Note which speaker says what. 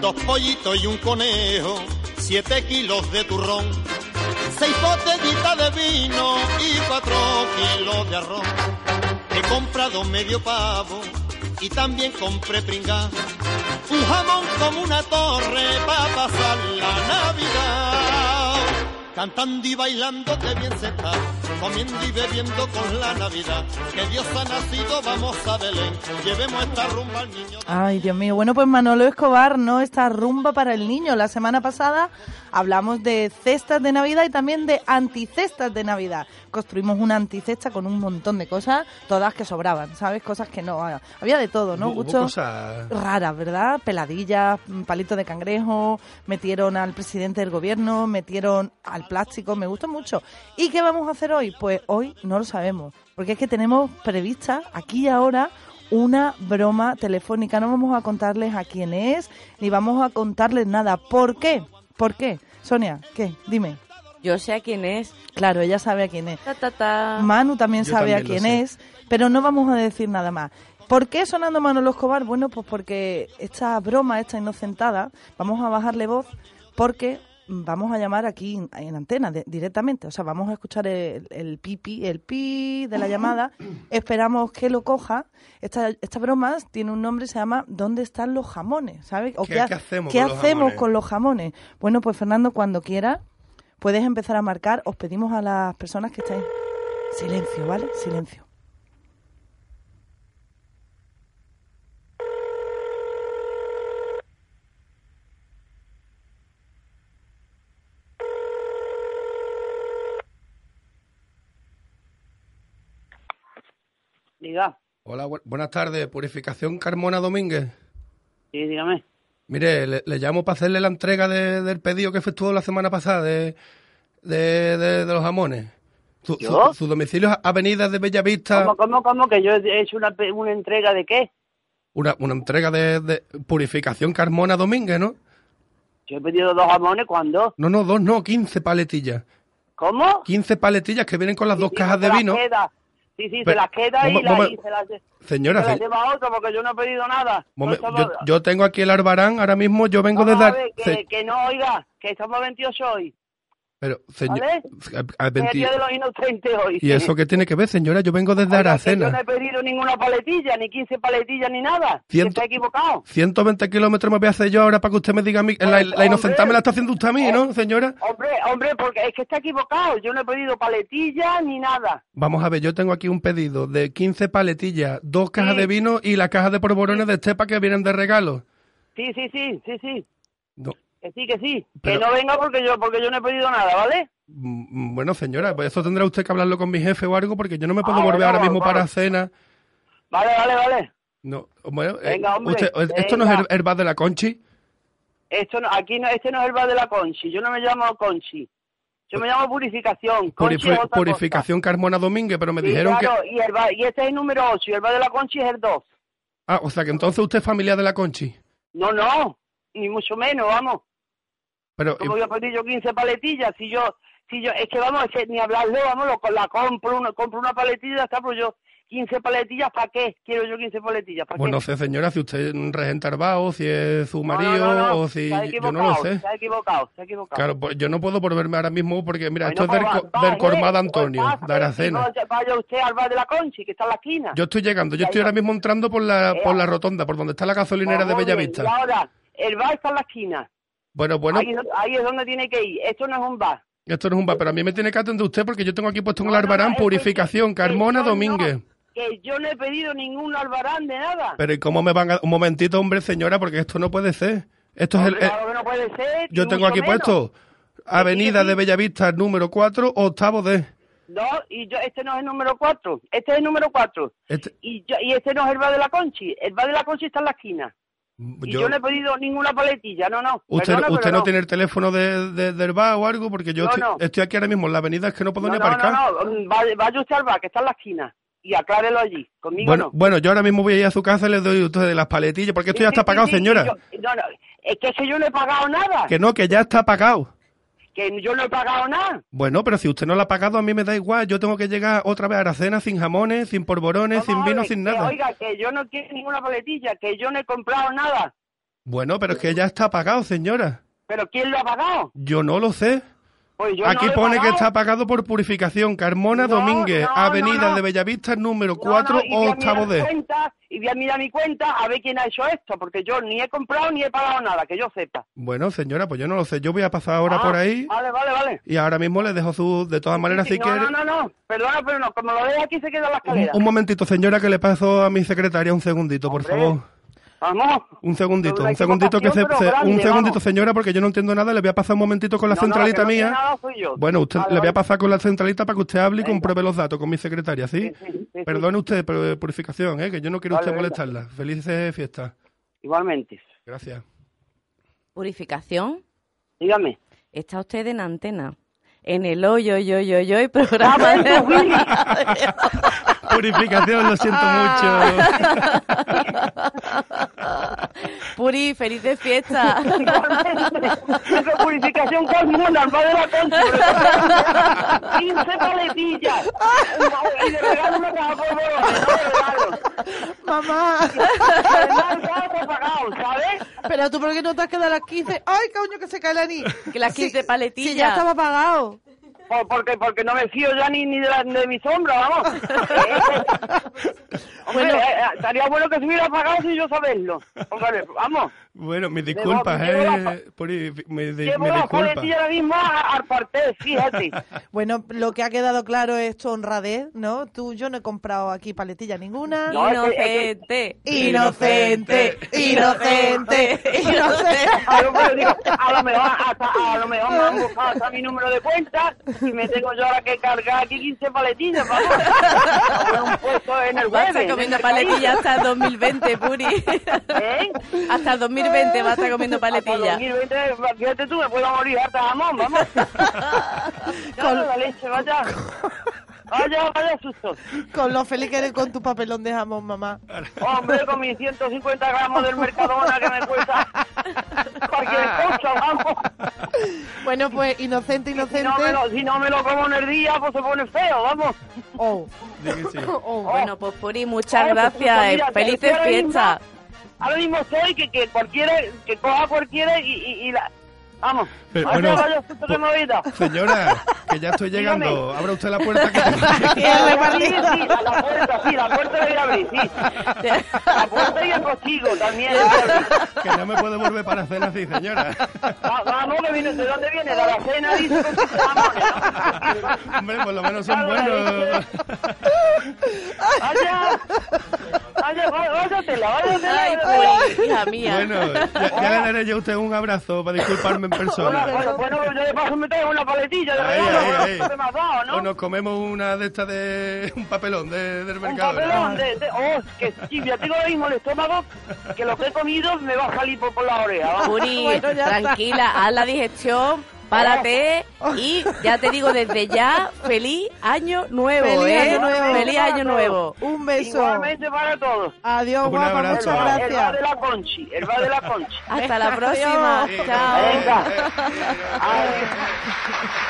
Speaker 1: dos pollitos y un conejo, siete kilos de turrón, seis botellitas de vino y cuatro kilos de arroz. He comprado medio pavo y también compré pringá, un jamón como una torre para pasar la Navidad. Cantando y bailando que bien se está, comiendo y bebiendo con la Navidad. Que Dios ha nacido, vamos a Belén, llevemos esta rumba al niño.
Speaker 2: Ay, Dios mío. Bueno, pues Manolo Escobar, ¿no? Esta rumba para el niño. La semana pasada hablamos de cestas de Navidad y también de anticestas de Navidad. Construimos una anticesta con un montón de cosas, todas que sobraban, ¿sabes? Cosas que no. Había de todo, ¿no?
Speaker 3: Hubo- hubo
Speaker 2: Mucho-
Speaker 3: cosas-
Speaker 2: raras, ¿verdad? Peladillas, mm, palitos de cangrejo, metieron al presidente del gobierno, metieron al plástico, me gustó mucho. ¿Y qué vamos a hacer hoy? Pues hoy no lo sabemos, porque es que tenemos prevista aquí y ahora una broma telefónica. No vamos a contarles a quién es, ni vamos a contarles nada. ¿Por qué? ¿Por qué? Sonia, ¿qué? Dime.
Speaker 4: Yo sé a quién es.
Speaker 2: Claro, ella sabe a quién es.
Speaker 4: Ta, ta, ta.
Speaker 2: Manu también
Speaker 3: Yo
Speaker 2: sabe
Speaker 3: también
Speaker 2: a
Speaker 3: lo
Speaker 2: quién
Speaker 3: sé.
Speaker 2: es, pero no vamos a decir nada más. ¿Por qué sonando Manolo Escobar? Bueno, pues porque esta broma, esta inocentada, vamos a bajarle voz porque vamos a llamar aquí en- en antena de- directamente. O sea, vamos a escuchar el, el pipi, el pi de la llamada. Esperamos que lo coja. Esta, esta broma tiene un nombre, se llama ¿Dónde están los jamones? ¿Sabes?
Speaker 3: ¿Qué-
Speaker 2: ha-
Speaker 3: qué hacemos
Speaker 2: qué
Speaker 3: con los
Speaker 2: hacemos
Speaker 3: jamones?
Speaker 2: con los jamones? Bueno, pues Fernando, cuando quiera, puedes empezar a marcar. Os pedimos a las personas que estén... Silencio, ¿vale? Silencio.
Speaker 5: Diga,
Speaker 3: Hola, bu- buenas tardes. Purificación Carmona Domínguez.
Speaker 5: sí, dígame.
Speaker 3: Mire, le, le llamo para hacerle la entrega de- del pedido que efectuó la semana pasada de, de, de- de los jamones. Su, su-
Speaker 5: ¿Yo?
Speaker 3: su domicilio es Avenida de Bellavista.
Speaker 5: ¿Cómo, cómo, cómo que yo he hecho una, pe- una entrega de qué?
Speaker 3: Una, una entrega de, de Purificación Carmona Domínguez, ¿no?
Speaker 5: Yo he pedido dos jamones, ¿cuándo?
Speaker 3: No, no, dos, no, 15 paletillas.
Speaker 5: ¿Cómo?
Speaker 3: 15 paletillas que vienen con las dos
Speaker 5: Sí,
Speaker 3: cajas
Speaker 5: se
Speaker 3: de
Speaker 5: las
Speaker 3: vino.
Speaker 5: queda. Sí, sí, se
Speaker 3: Pero,
Speaker 5: las queda y,
Speaker 3: momen-
Speaker 5: la-
Speaker 3: momen-
Speaker 5: y se las, se
Speaker 3: Señora,
Speaker 5: las
Speaker 3: se-
Speaker 5: lleva otro porque yo no he pedido nada. No
Speaker 3: momen-
Speaker 5: estamos-
Speaker 3: yo, yo tengo aquí el Arbarán, ahora mismo yo vengo
Speaker 5: Vamos
Speaker 3: de
Speaker 5: a
Speaker 3: dar...
Speaker 5: ver, que,
Speaker 3: se-
Speaker 5: que no, oiga, que estamos 28 hoy.
Speaker 3: pero, señor...
Speaker 5: ¿Vale?
Speaker 3: a- a
Speaker 5: Es el
Speaker 3: 20
Speaker 5: día de los inocentes hoy.
Speaker 3: ¿Y eso qué tiene que ver, señora? Yo vengo desde
Speaker 5: Oiga, que Yo no
Speaker 3: Aracena.
Speaker 5: he pedido ninguna paletilla, ni 15 paletillas, ni nada. Que
Speaker 3: Ciento-
Speaker 5: Está equivocado.
Speaker 3: 120 kilómetros me voy a hacer yo ahora para que usted me diga a mí... La, la inocentada me la está haciendo usted a mí, ¿no, señora?
Speaker 5: Hombre, hombre, porque es que está equivocado. Yo no he pedido paletilla ni nada.
Speaker 3: Vamos a ver, yo tengo aquí un pedido de 15 paletillas, dos cajas
Speaker 5: Sí.
Speaker 3: de vino y la caja de polvorones de estepa que vienen de regalo.
Speaker 5: Sí, sí, sí, sí, sí.
Speaker 3: No.
Speaker 5: Que sí, que sí.
Speaker 3: Pero-
Speaker 5: Que no venga porque yo porque yo no he pedido nada, ¿vale?
Speaker 3: Mm, Bueno, señora, pues eso tendrá usted que hablarlo con mi jefe o algo porque yo no me puedo
Speaker 5: Ah,
Speaker 3: volver
Speaker 5: bueno,
Speaker 3: ahora mismo
Speaker 5: bueno.
Speaker 3: para cena.
Speaker 5: Vale, vale, vale.
Speaker 3: No, bueno, eh,
Speaker 5: Venga, hombre,
Speaker 3: usted, esto no es
Speaker 5: venga.
Speaker 3: el, el bar de la Conchi.
Speaker 5: Esto no, aquí no, este no es el bar de la Conchi. Yo no me llamo Conchi. Yo me llamo Purificación. Conchi
Speaker 3: Purifi-
Speaker 5: es otra cosa.
Speaker 3: purificación Carmona Domínguez, pero me
Speaker 5: Sí,
Speaker 3: dijeron
Speaker 5: claro,
Speaker 3: que.
Speaker 5: y, el bar- y este es el número 8 y el bar de la Conchi es el 2.
Speaker 3: Ah, o sea que entonces usted es familiar de la Conchi.
Speaker 5: No, no, ni mucho menos, vamos.
Speaker 3: Pero,
Speaker 5: ¿Cómo voy a pedir yo 15 paletillas? Si yo, si yo, es que vamos, es que ni hablarlo, vamos, lo- la compro, una, compro una paletilla, está, pero yo, 15 paletillas, ¿para qué? Quiero yo 15 paletillas, ¿para
Speaker 3: bueno, no
Speaker 5: qué?
Speaker 3: sé, señora, si usted es un regente arbao, si es su
Speaker 5: No, no,
Speaker 3: marido,
Speaker 5: no, no,
Speaker 3: o si.
Speaker 5: se ha
Speaker 3: Yo no lo
Speaker 5: equivocado,
Speaker 3: sé.
Speaker 5: Se ha equivocado, se ha equivocado.
Speaker 3: Claro, pues yo no puedo volverme ahora mismo porque, mira,
Speaker 5: Bueno,
Speaker 3: esto es del,
Speaker 5: pues
Speaker 3: co-
Speaker 5: va-
Speaker 3: del
Speaker 5: vaya,
Speaker 3: Cormada
Speaker 5: pues
Speaker 3: Antonio,
Speaker 5: pase,
Speaker 3: de
Speaker 5: y
Speaker 3: Aracena.
Speaker 5: vaya- Vaya usted al bar de la Conchi, que está en la esquina.
Speaker 3: Yo estoy llegando, yo
Speaker 5: Ya,
Speaker 3: estoy ahora
Speaker 5: ya.
Speaker 3: mismo entrando por la, por
Speaker 5: Ea.
Speaker 3: la rotonda, por donde está la gasolinera de
Speaker 5: Pues muy bien,
Speaker 3: Bellavista.
Speaker 5: Y ahora, el bar está en la esquina.
Speaker 3: Bueno, bueno,
Speaker 5: Ahí, es- ahí es donde tiene que ir. Esto no es un bar.
Speaker 3: esto no es un bar, pero a mí me tiene que atender usted porque yo tengo aquí puesto un
Speaker 5: No, no,
Speaker 3: Larbarán
Speaker 5: no, es que-
Speaker 3: Purificación,
Speaker 5: que
Speaker 3: Carmona
Speaker 5: yo no-
Speaker 3: Domínguez.
Speaker 5: que yo no he pedido ningún albarán de nada.
Speaker 3: Pero ¿y cómo me van a...? Un momentito, hombre, señora, porque esto no puede ser. Esto es el... eh,
Speaker 5: Claro que no puede ser.
Speaker 3: yo
Speaker 5: ni
Speaker 3: tengo
Speaker 5: mucho
Speaker 3: aquí
Speaker 5: menos.
Speaker 3: puesto Avenida
Speaker 5: sí.
Speaker 3: de Bellavista, número 4, octavo D.
Speaker 5: No, y yo, este no es el número 4. Este es el número 4.
Speaker 3: Este-
Speaker 5: Y, yo, y este no es el bar de la Conchi. El bar de la Conchi está en la esquina. Y yo,
Speaker 3: Pues yo-
Speaker 5: no he pedido ninguna paletilla, no, no.
Speaker 3: Usted,
Speaker 5: Perdona,
Speaker 3: usted
Speaker 5: pero
Speaker 3: no, tiene el teléfono de, de- del bar o algo, porque yo
Speaker 5: No,
Speaker 3: estoy,
Speaker 5: no.
Speaker 3: estoy aquí ahora mismo en la avenida, es que no puedo
Speaker 5: no,
Speaker 3: ni
Speaker 5: no,
Speaker 3: aparcar.
Speaker 5: no, no, vaya, vaya usted al bar, que está en la esquina. Y aclárelo allí. Conmigo
Speaker 3: bueno,
Speaker 5: no.
Speaker 3: bueno, yo ahora mismo voy a ir a su casa y le doy a usted de las paletillas, porque esto ya
Speaker 5: Sí,
Speaker 3: está
Speaker 5: sí,
Speaker 3: pagado,
Speaker 5: sí, sí,
Speaker 3: señora.
Speaker 5: yo- no, no, es que, es que yo no he pagado nada.
Speaker 3: Que no, que ya está pagado.
Speaker 5: Que yo no he pagado nada.
Speaker 3: Bueno, pero si usted no la ha pagado, a mí me da igual. Yo tengo que llegar otra vez a Aracena sin jamones, sin polvorones, sin
Speaker 5: Vamos a
Speaker 3: vino,
Speaker 5: ver,
Speaker 3: sin
Speaker 5: que,
Speaker 3: nada.
Speaker 5: oiga, que yo no quiero ninguna paletilla, que yo no he comprado nada.
Speaker 3: Bueno, pero es que ya está pagado, señora.
Speaker 5: ¿Pero quién lo ha pagado?
Speaker 3: Yo no lo sé.
Speaker 5: Pues yo
Speaker 3: Aquí
Speaker 5: no lo he
Speaker 3: pone que
Speaker 5: pagado.
Speaker 3: está pagado por purificación. Carmona
Speaker 5: No,
Speaker 3: Domínguez,
Speaker 5: no,
Speaker 3: Avenida
Speaker 5: no, no.
Speaker 3: de Bellavista, número
Speaker 5: No,
Speaker 3: 4,
Speaker 5: no, y voy a
Speaker 3: octavo
Speaker 5: mirar
Speaker 3: D.
Speaker 5: cuenta, y voy a mirar mi cuenta a ver quién ha hecho esto, porque yo ni he comprado ni he pagado nada, que yo sepa.
Speaker 3: Bueno, señora, pues yo no lo sé. Yo voy a pasar ahora
Speaker 5: Ah,
Speaker 3: por ahí
Speaker 5: Vale, vale, vale.
Speaker 3: y ahora mismo le dejo su... De todas maneras,
Speaker 5: Sí,
Speaker 3: si
Speaker 5: no,
Speaker 3: quiere...
Speaker 5: no, no, no, perdona, pero no, como lo dejo aquí se queda en la
Speaker 3: Un,
Speaker 5: escalera.
Speaker 3: un momentito, señora, que le paso a mi secretaria un segundito, por
Speaker 5: Hombre.
Speaker 3: favor.
Speaker 5: Vamos.
Speaker 3: Un segundito,
Speaker 5: Pero la
Speaker 3: un segundito que se,
Speaker 5: equivocación,
Speaker 3: se-
Speaker 5: pero grande,
Speaker 3: un segundito,
Speaker 5: vamos.
Speaker 3: señora, porque yo no entiendo nada. Le voy a pasar un momentito con la
Speaker 5: No, no,
Speaker 3: centralita
Speaker 5: que no tiene
Speaker 3: mía.
Speaker 5: nada, soy yo.
Speaker 3: Bueno, usted
Speaker 5: Vale,
Speaker 3: le voy a
Speaker 5: vale.
Speaker 3: pasar con la centralita para que usted hable y
Speaker 5: Venga.
Speaker 3: compruebe los datos con mi secretaria, ¿sí?
Speaker 5: Sí, sí, sí, sí.
Speaker 3: Perdone usted, pero eh, purificación, ¿eh? que yo no quiero
Speaker 5: Vale,
Speaker 3: usted
Speaker 5: venga.
Speaker 3: molestarla. Felices fiestas.
Speaker 5: Igualmente.
Speaker 3: Gracias.
Speaker 4: Purificación.
Speaker 5: Dígame.
Speaker 4: Está usted en antena. En el hoyo, yo, yo, yo, y
Speaker 5: Ah,
Speaker 4: programa
Speaker 5: pues,
Speaker 4: de
Speaker 3: Purificación, lo siento mucho.
Speaker 4: Puri, felices fiestas.
Speaker 5: Esa purificación hormona, va de la concha. 15 paletillas. Y le regalo una caja por bolos, no le regalo.
Speaker 2: Mamá,
Speaker 5: Además, ya está pagado, ¿sabes?
Speaker 2: pero tú por qué no te has quedado a las 15. Ay, coño, que se cae la ni.
Speaker 4: Que las 15 paletillas.
Speaker 2: Si ya estaba pagado.
Speaker 5: Por- porque, porque no me fío ya ni, ni de, la- de mi sombra, vamos. Hombre,
Speaker 4: Bueno.
Speaker 5: eh, eh, estaría bueno que se hubiera pagado sin yo saberlo. Hombre, vamos.
Speaker 3: Bueno, mis disculpas,
Speaker 5: llevo la-
Speaker 3: ¿eh? Purifi- mi, di-
Speaker 5: Llevo
Speaker 3: mi
Speaker 5: las
Speaker 3: disculpas.
Speaker 5: paletillas ahora mismo a- al cuartel, fíjate.
Speaker 2: Bueno, lo que ha quedado claro es tu honradez, ¿no? Tú, yo no he comprado aquí paletilla ninguna.
Speaker 5: No, es que- es
Speaker 4: Inocente.
Speaker 2: Inocente, inocente, inocente.
Speaker 5: A lo, mejor, digo, a lo mejor, hasta, a lo mejor me han buscado hasta mi número de cuenta y me tengo yo ahora que cargar aquí 15 paletillas, vamos. Con un puesto en el
Speaker 4: Vas a
Speaker 5: jueves.
Speaker 4: estar comiendo paletillas hasta el 2020, Puri.
Speaker 5: ¿Eh?
Speaker 4: Hasta el 2020 vas a estar comiendo
Speaker 5: Hasta
Speaker 4: paletillas.
Speaker 5: 2020, fíjate tú, me puedo morir hasta jamón, vamos. Con la leche, vaya. Vaya, vaya susto.
Speaker 2: Con lo feliz que eres con tu papelón de jamón, mamá.
Speaker 5: Hombre, con mis 150 gramos del Mercadona que me cuesta cualquier cosa, vamos.
Speaker 2: Bueno, pues inocente,
Speaker 5: Si no, me
Speaker 2: inocente.
Speaker 5: lo, si no me lo como en el día, pues se pone feo, vamos.
Speaker 2: Oh,
Speaker 3: Dije sí.
Speaker 2: oh.
Speaker 4: Bueno, pues Puri, muchas
Speaker 5: Ay, pues,
Speaker 4: gracias.
Speaker 5: mira,
Speaker 4: eh. Felices
Speaker 5: ahora mismo-
Speaker 4: fiestas.
Speaker 5: Ahora mismo estoy que, que cualquiera, que coja cualquiera y, y, y la... Vamos.
Speaker 3: Pero,
Speaker 5: Vaya,
Speaker 3: bueno,
Speaker 5: vaya, susto que me he oído.
Speaker 3: Señora, que ya estoy llegando.
Speaker 5: Dígame.
Speaker 3: Abra usted la puerta que...
Speaker 2: Y el repartido.
Speaker 5: Sí, sí, la puerta, sí, la puerta la voy a abrir, sí. La puerta y el cochigo también. la voy a abrir.
Speaker 3: que no me puedo volver para cena así, señora.
Speaker 5: Va- Vamos, que viene, ¿de dónde viene? De la cena, dice. con sus jamones, ¿no?
Speaker 3: Hombre, por lo menos son
Speaker 5: Claro,
Speaker 3: buenos.
Speaker 5: Vaya, vaya, vá- váyatela, váyatela.
Speaker 4: Ay,
Speaker 5: váyatela.
Speaker 4: Puri, hija mía.
Speaker 3: Bueno, ya, ya le daré yo a usted un abrazo para disculparme en
Speaker 5: Bueno,
Speaker 3: persona.
Speaker 5: bueno, bueno, yo de paso me traigo una paletilla de
Speaker 3: Ahí,
Speaker 5: regalo,
Speaker 3: ahí,
Speaker 5: bueno,
Speaker 3: ahí.
Speaker 5: que me has dado, ¿no?
Speaker 3: O nos comemos una de estas de... un papelón de- del
Speaker 5: un
Speaker 3: mercado.
Speaker 5: papelón
Speaker 3: ¿no?
Speaker 5: de, de- oh, que sí, ya tengo ahora mismo el estómago que lo que he comido me va a salir por, por la oreja. vamos.
Speaker 4: Puri,
Speaker 2: Bueno, ya está.
Speaker 4: tranquila, haz la digestión, párate y ya te digo desde ya, feliz año nuevo,
Speaker 2: Feliz
Speaker 4: ¿eh?
Speaker 2: año nuevo.
Speaker 4: Feliz año nuevo.
Speaker 2: Un beso.
Speaker 5: Igualmente para todos.
Speaker 2: Adiós,
Speaker 3: Un
Speaker 2: guapa. Muchas
Speaker 3: abrazo.
Speaker 5: El va de
Speaker 2: gracias.
Speaker 5: la conchi, el va de la conchi.
Speaker 4: Hasta la próxima.
Speaker 3: Sí,
Speaker 4: Chao.
Speaker 3: eh,
Speaker 5: Venga.
Speaker 3: eh, eh, eh, eh.
Speaker 5: Adiós.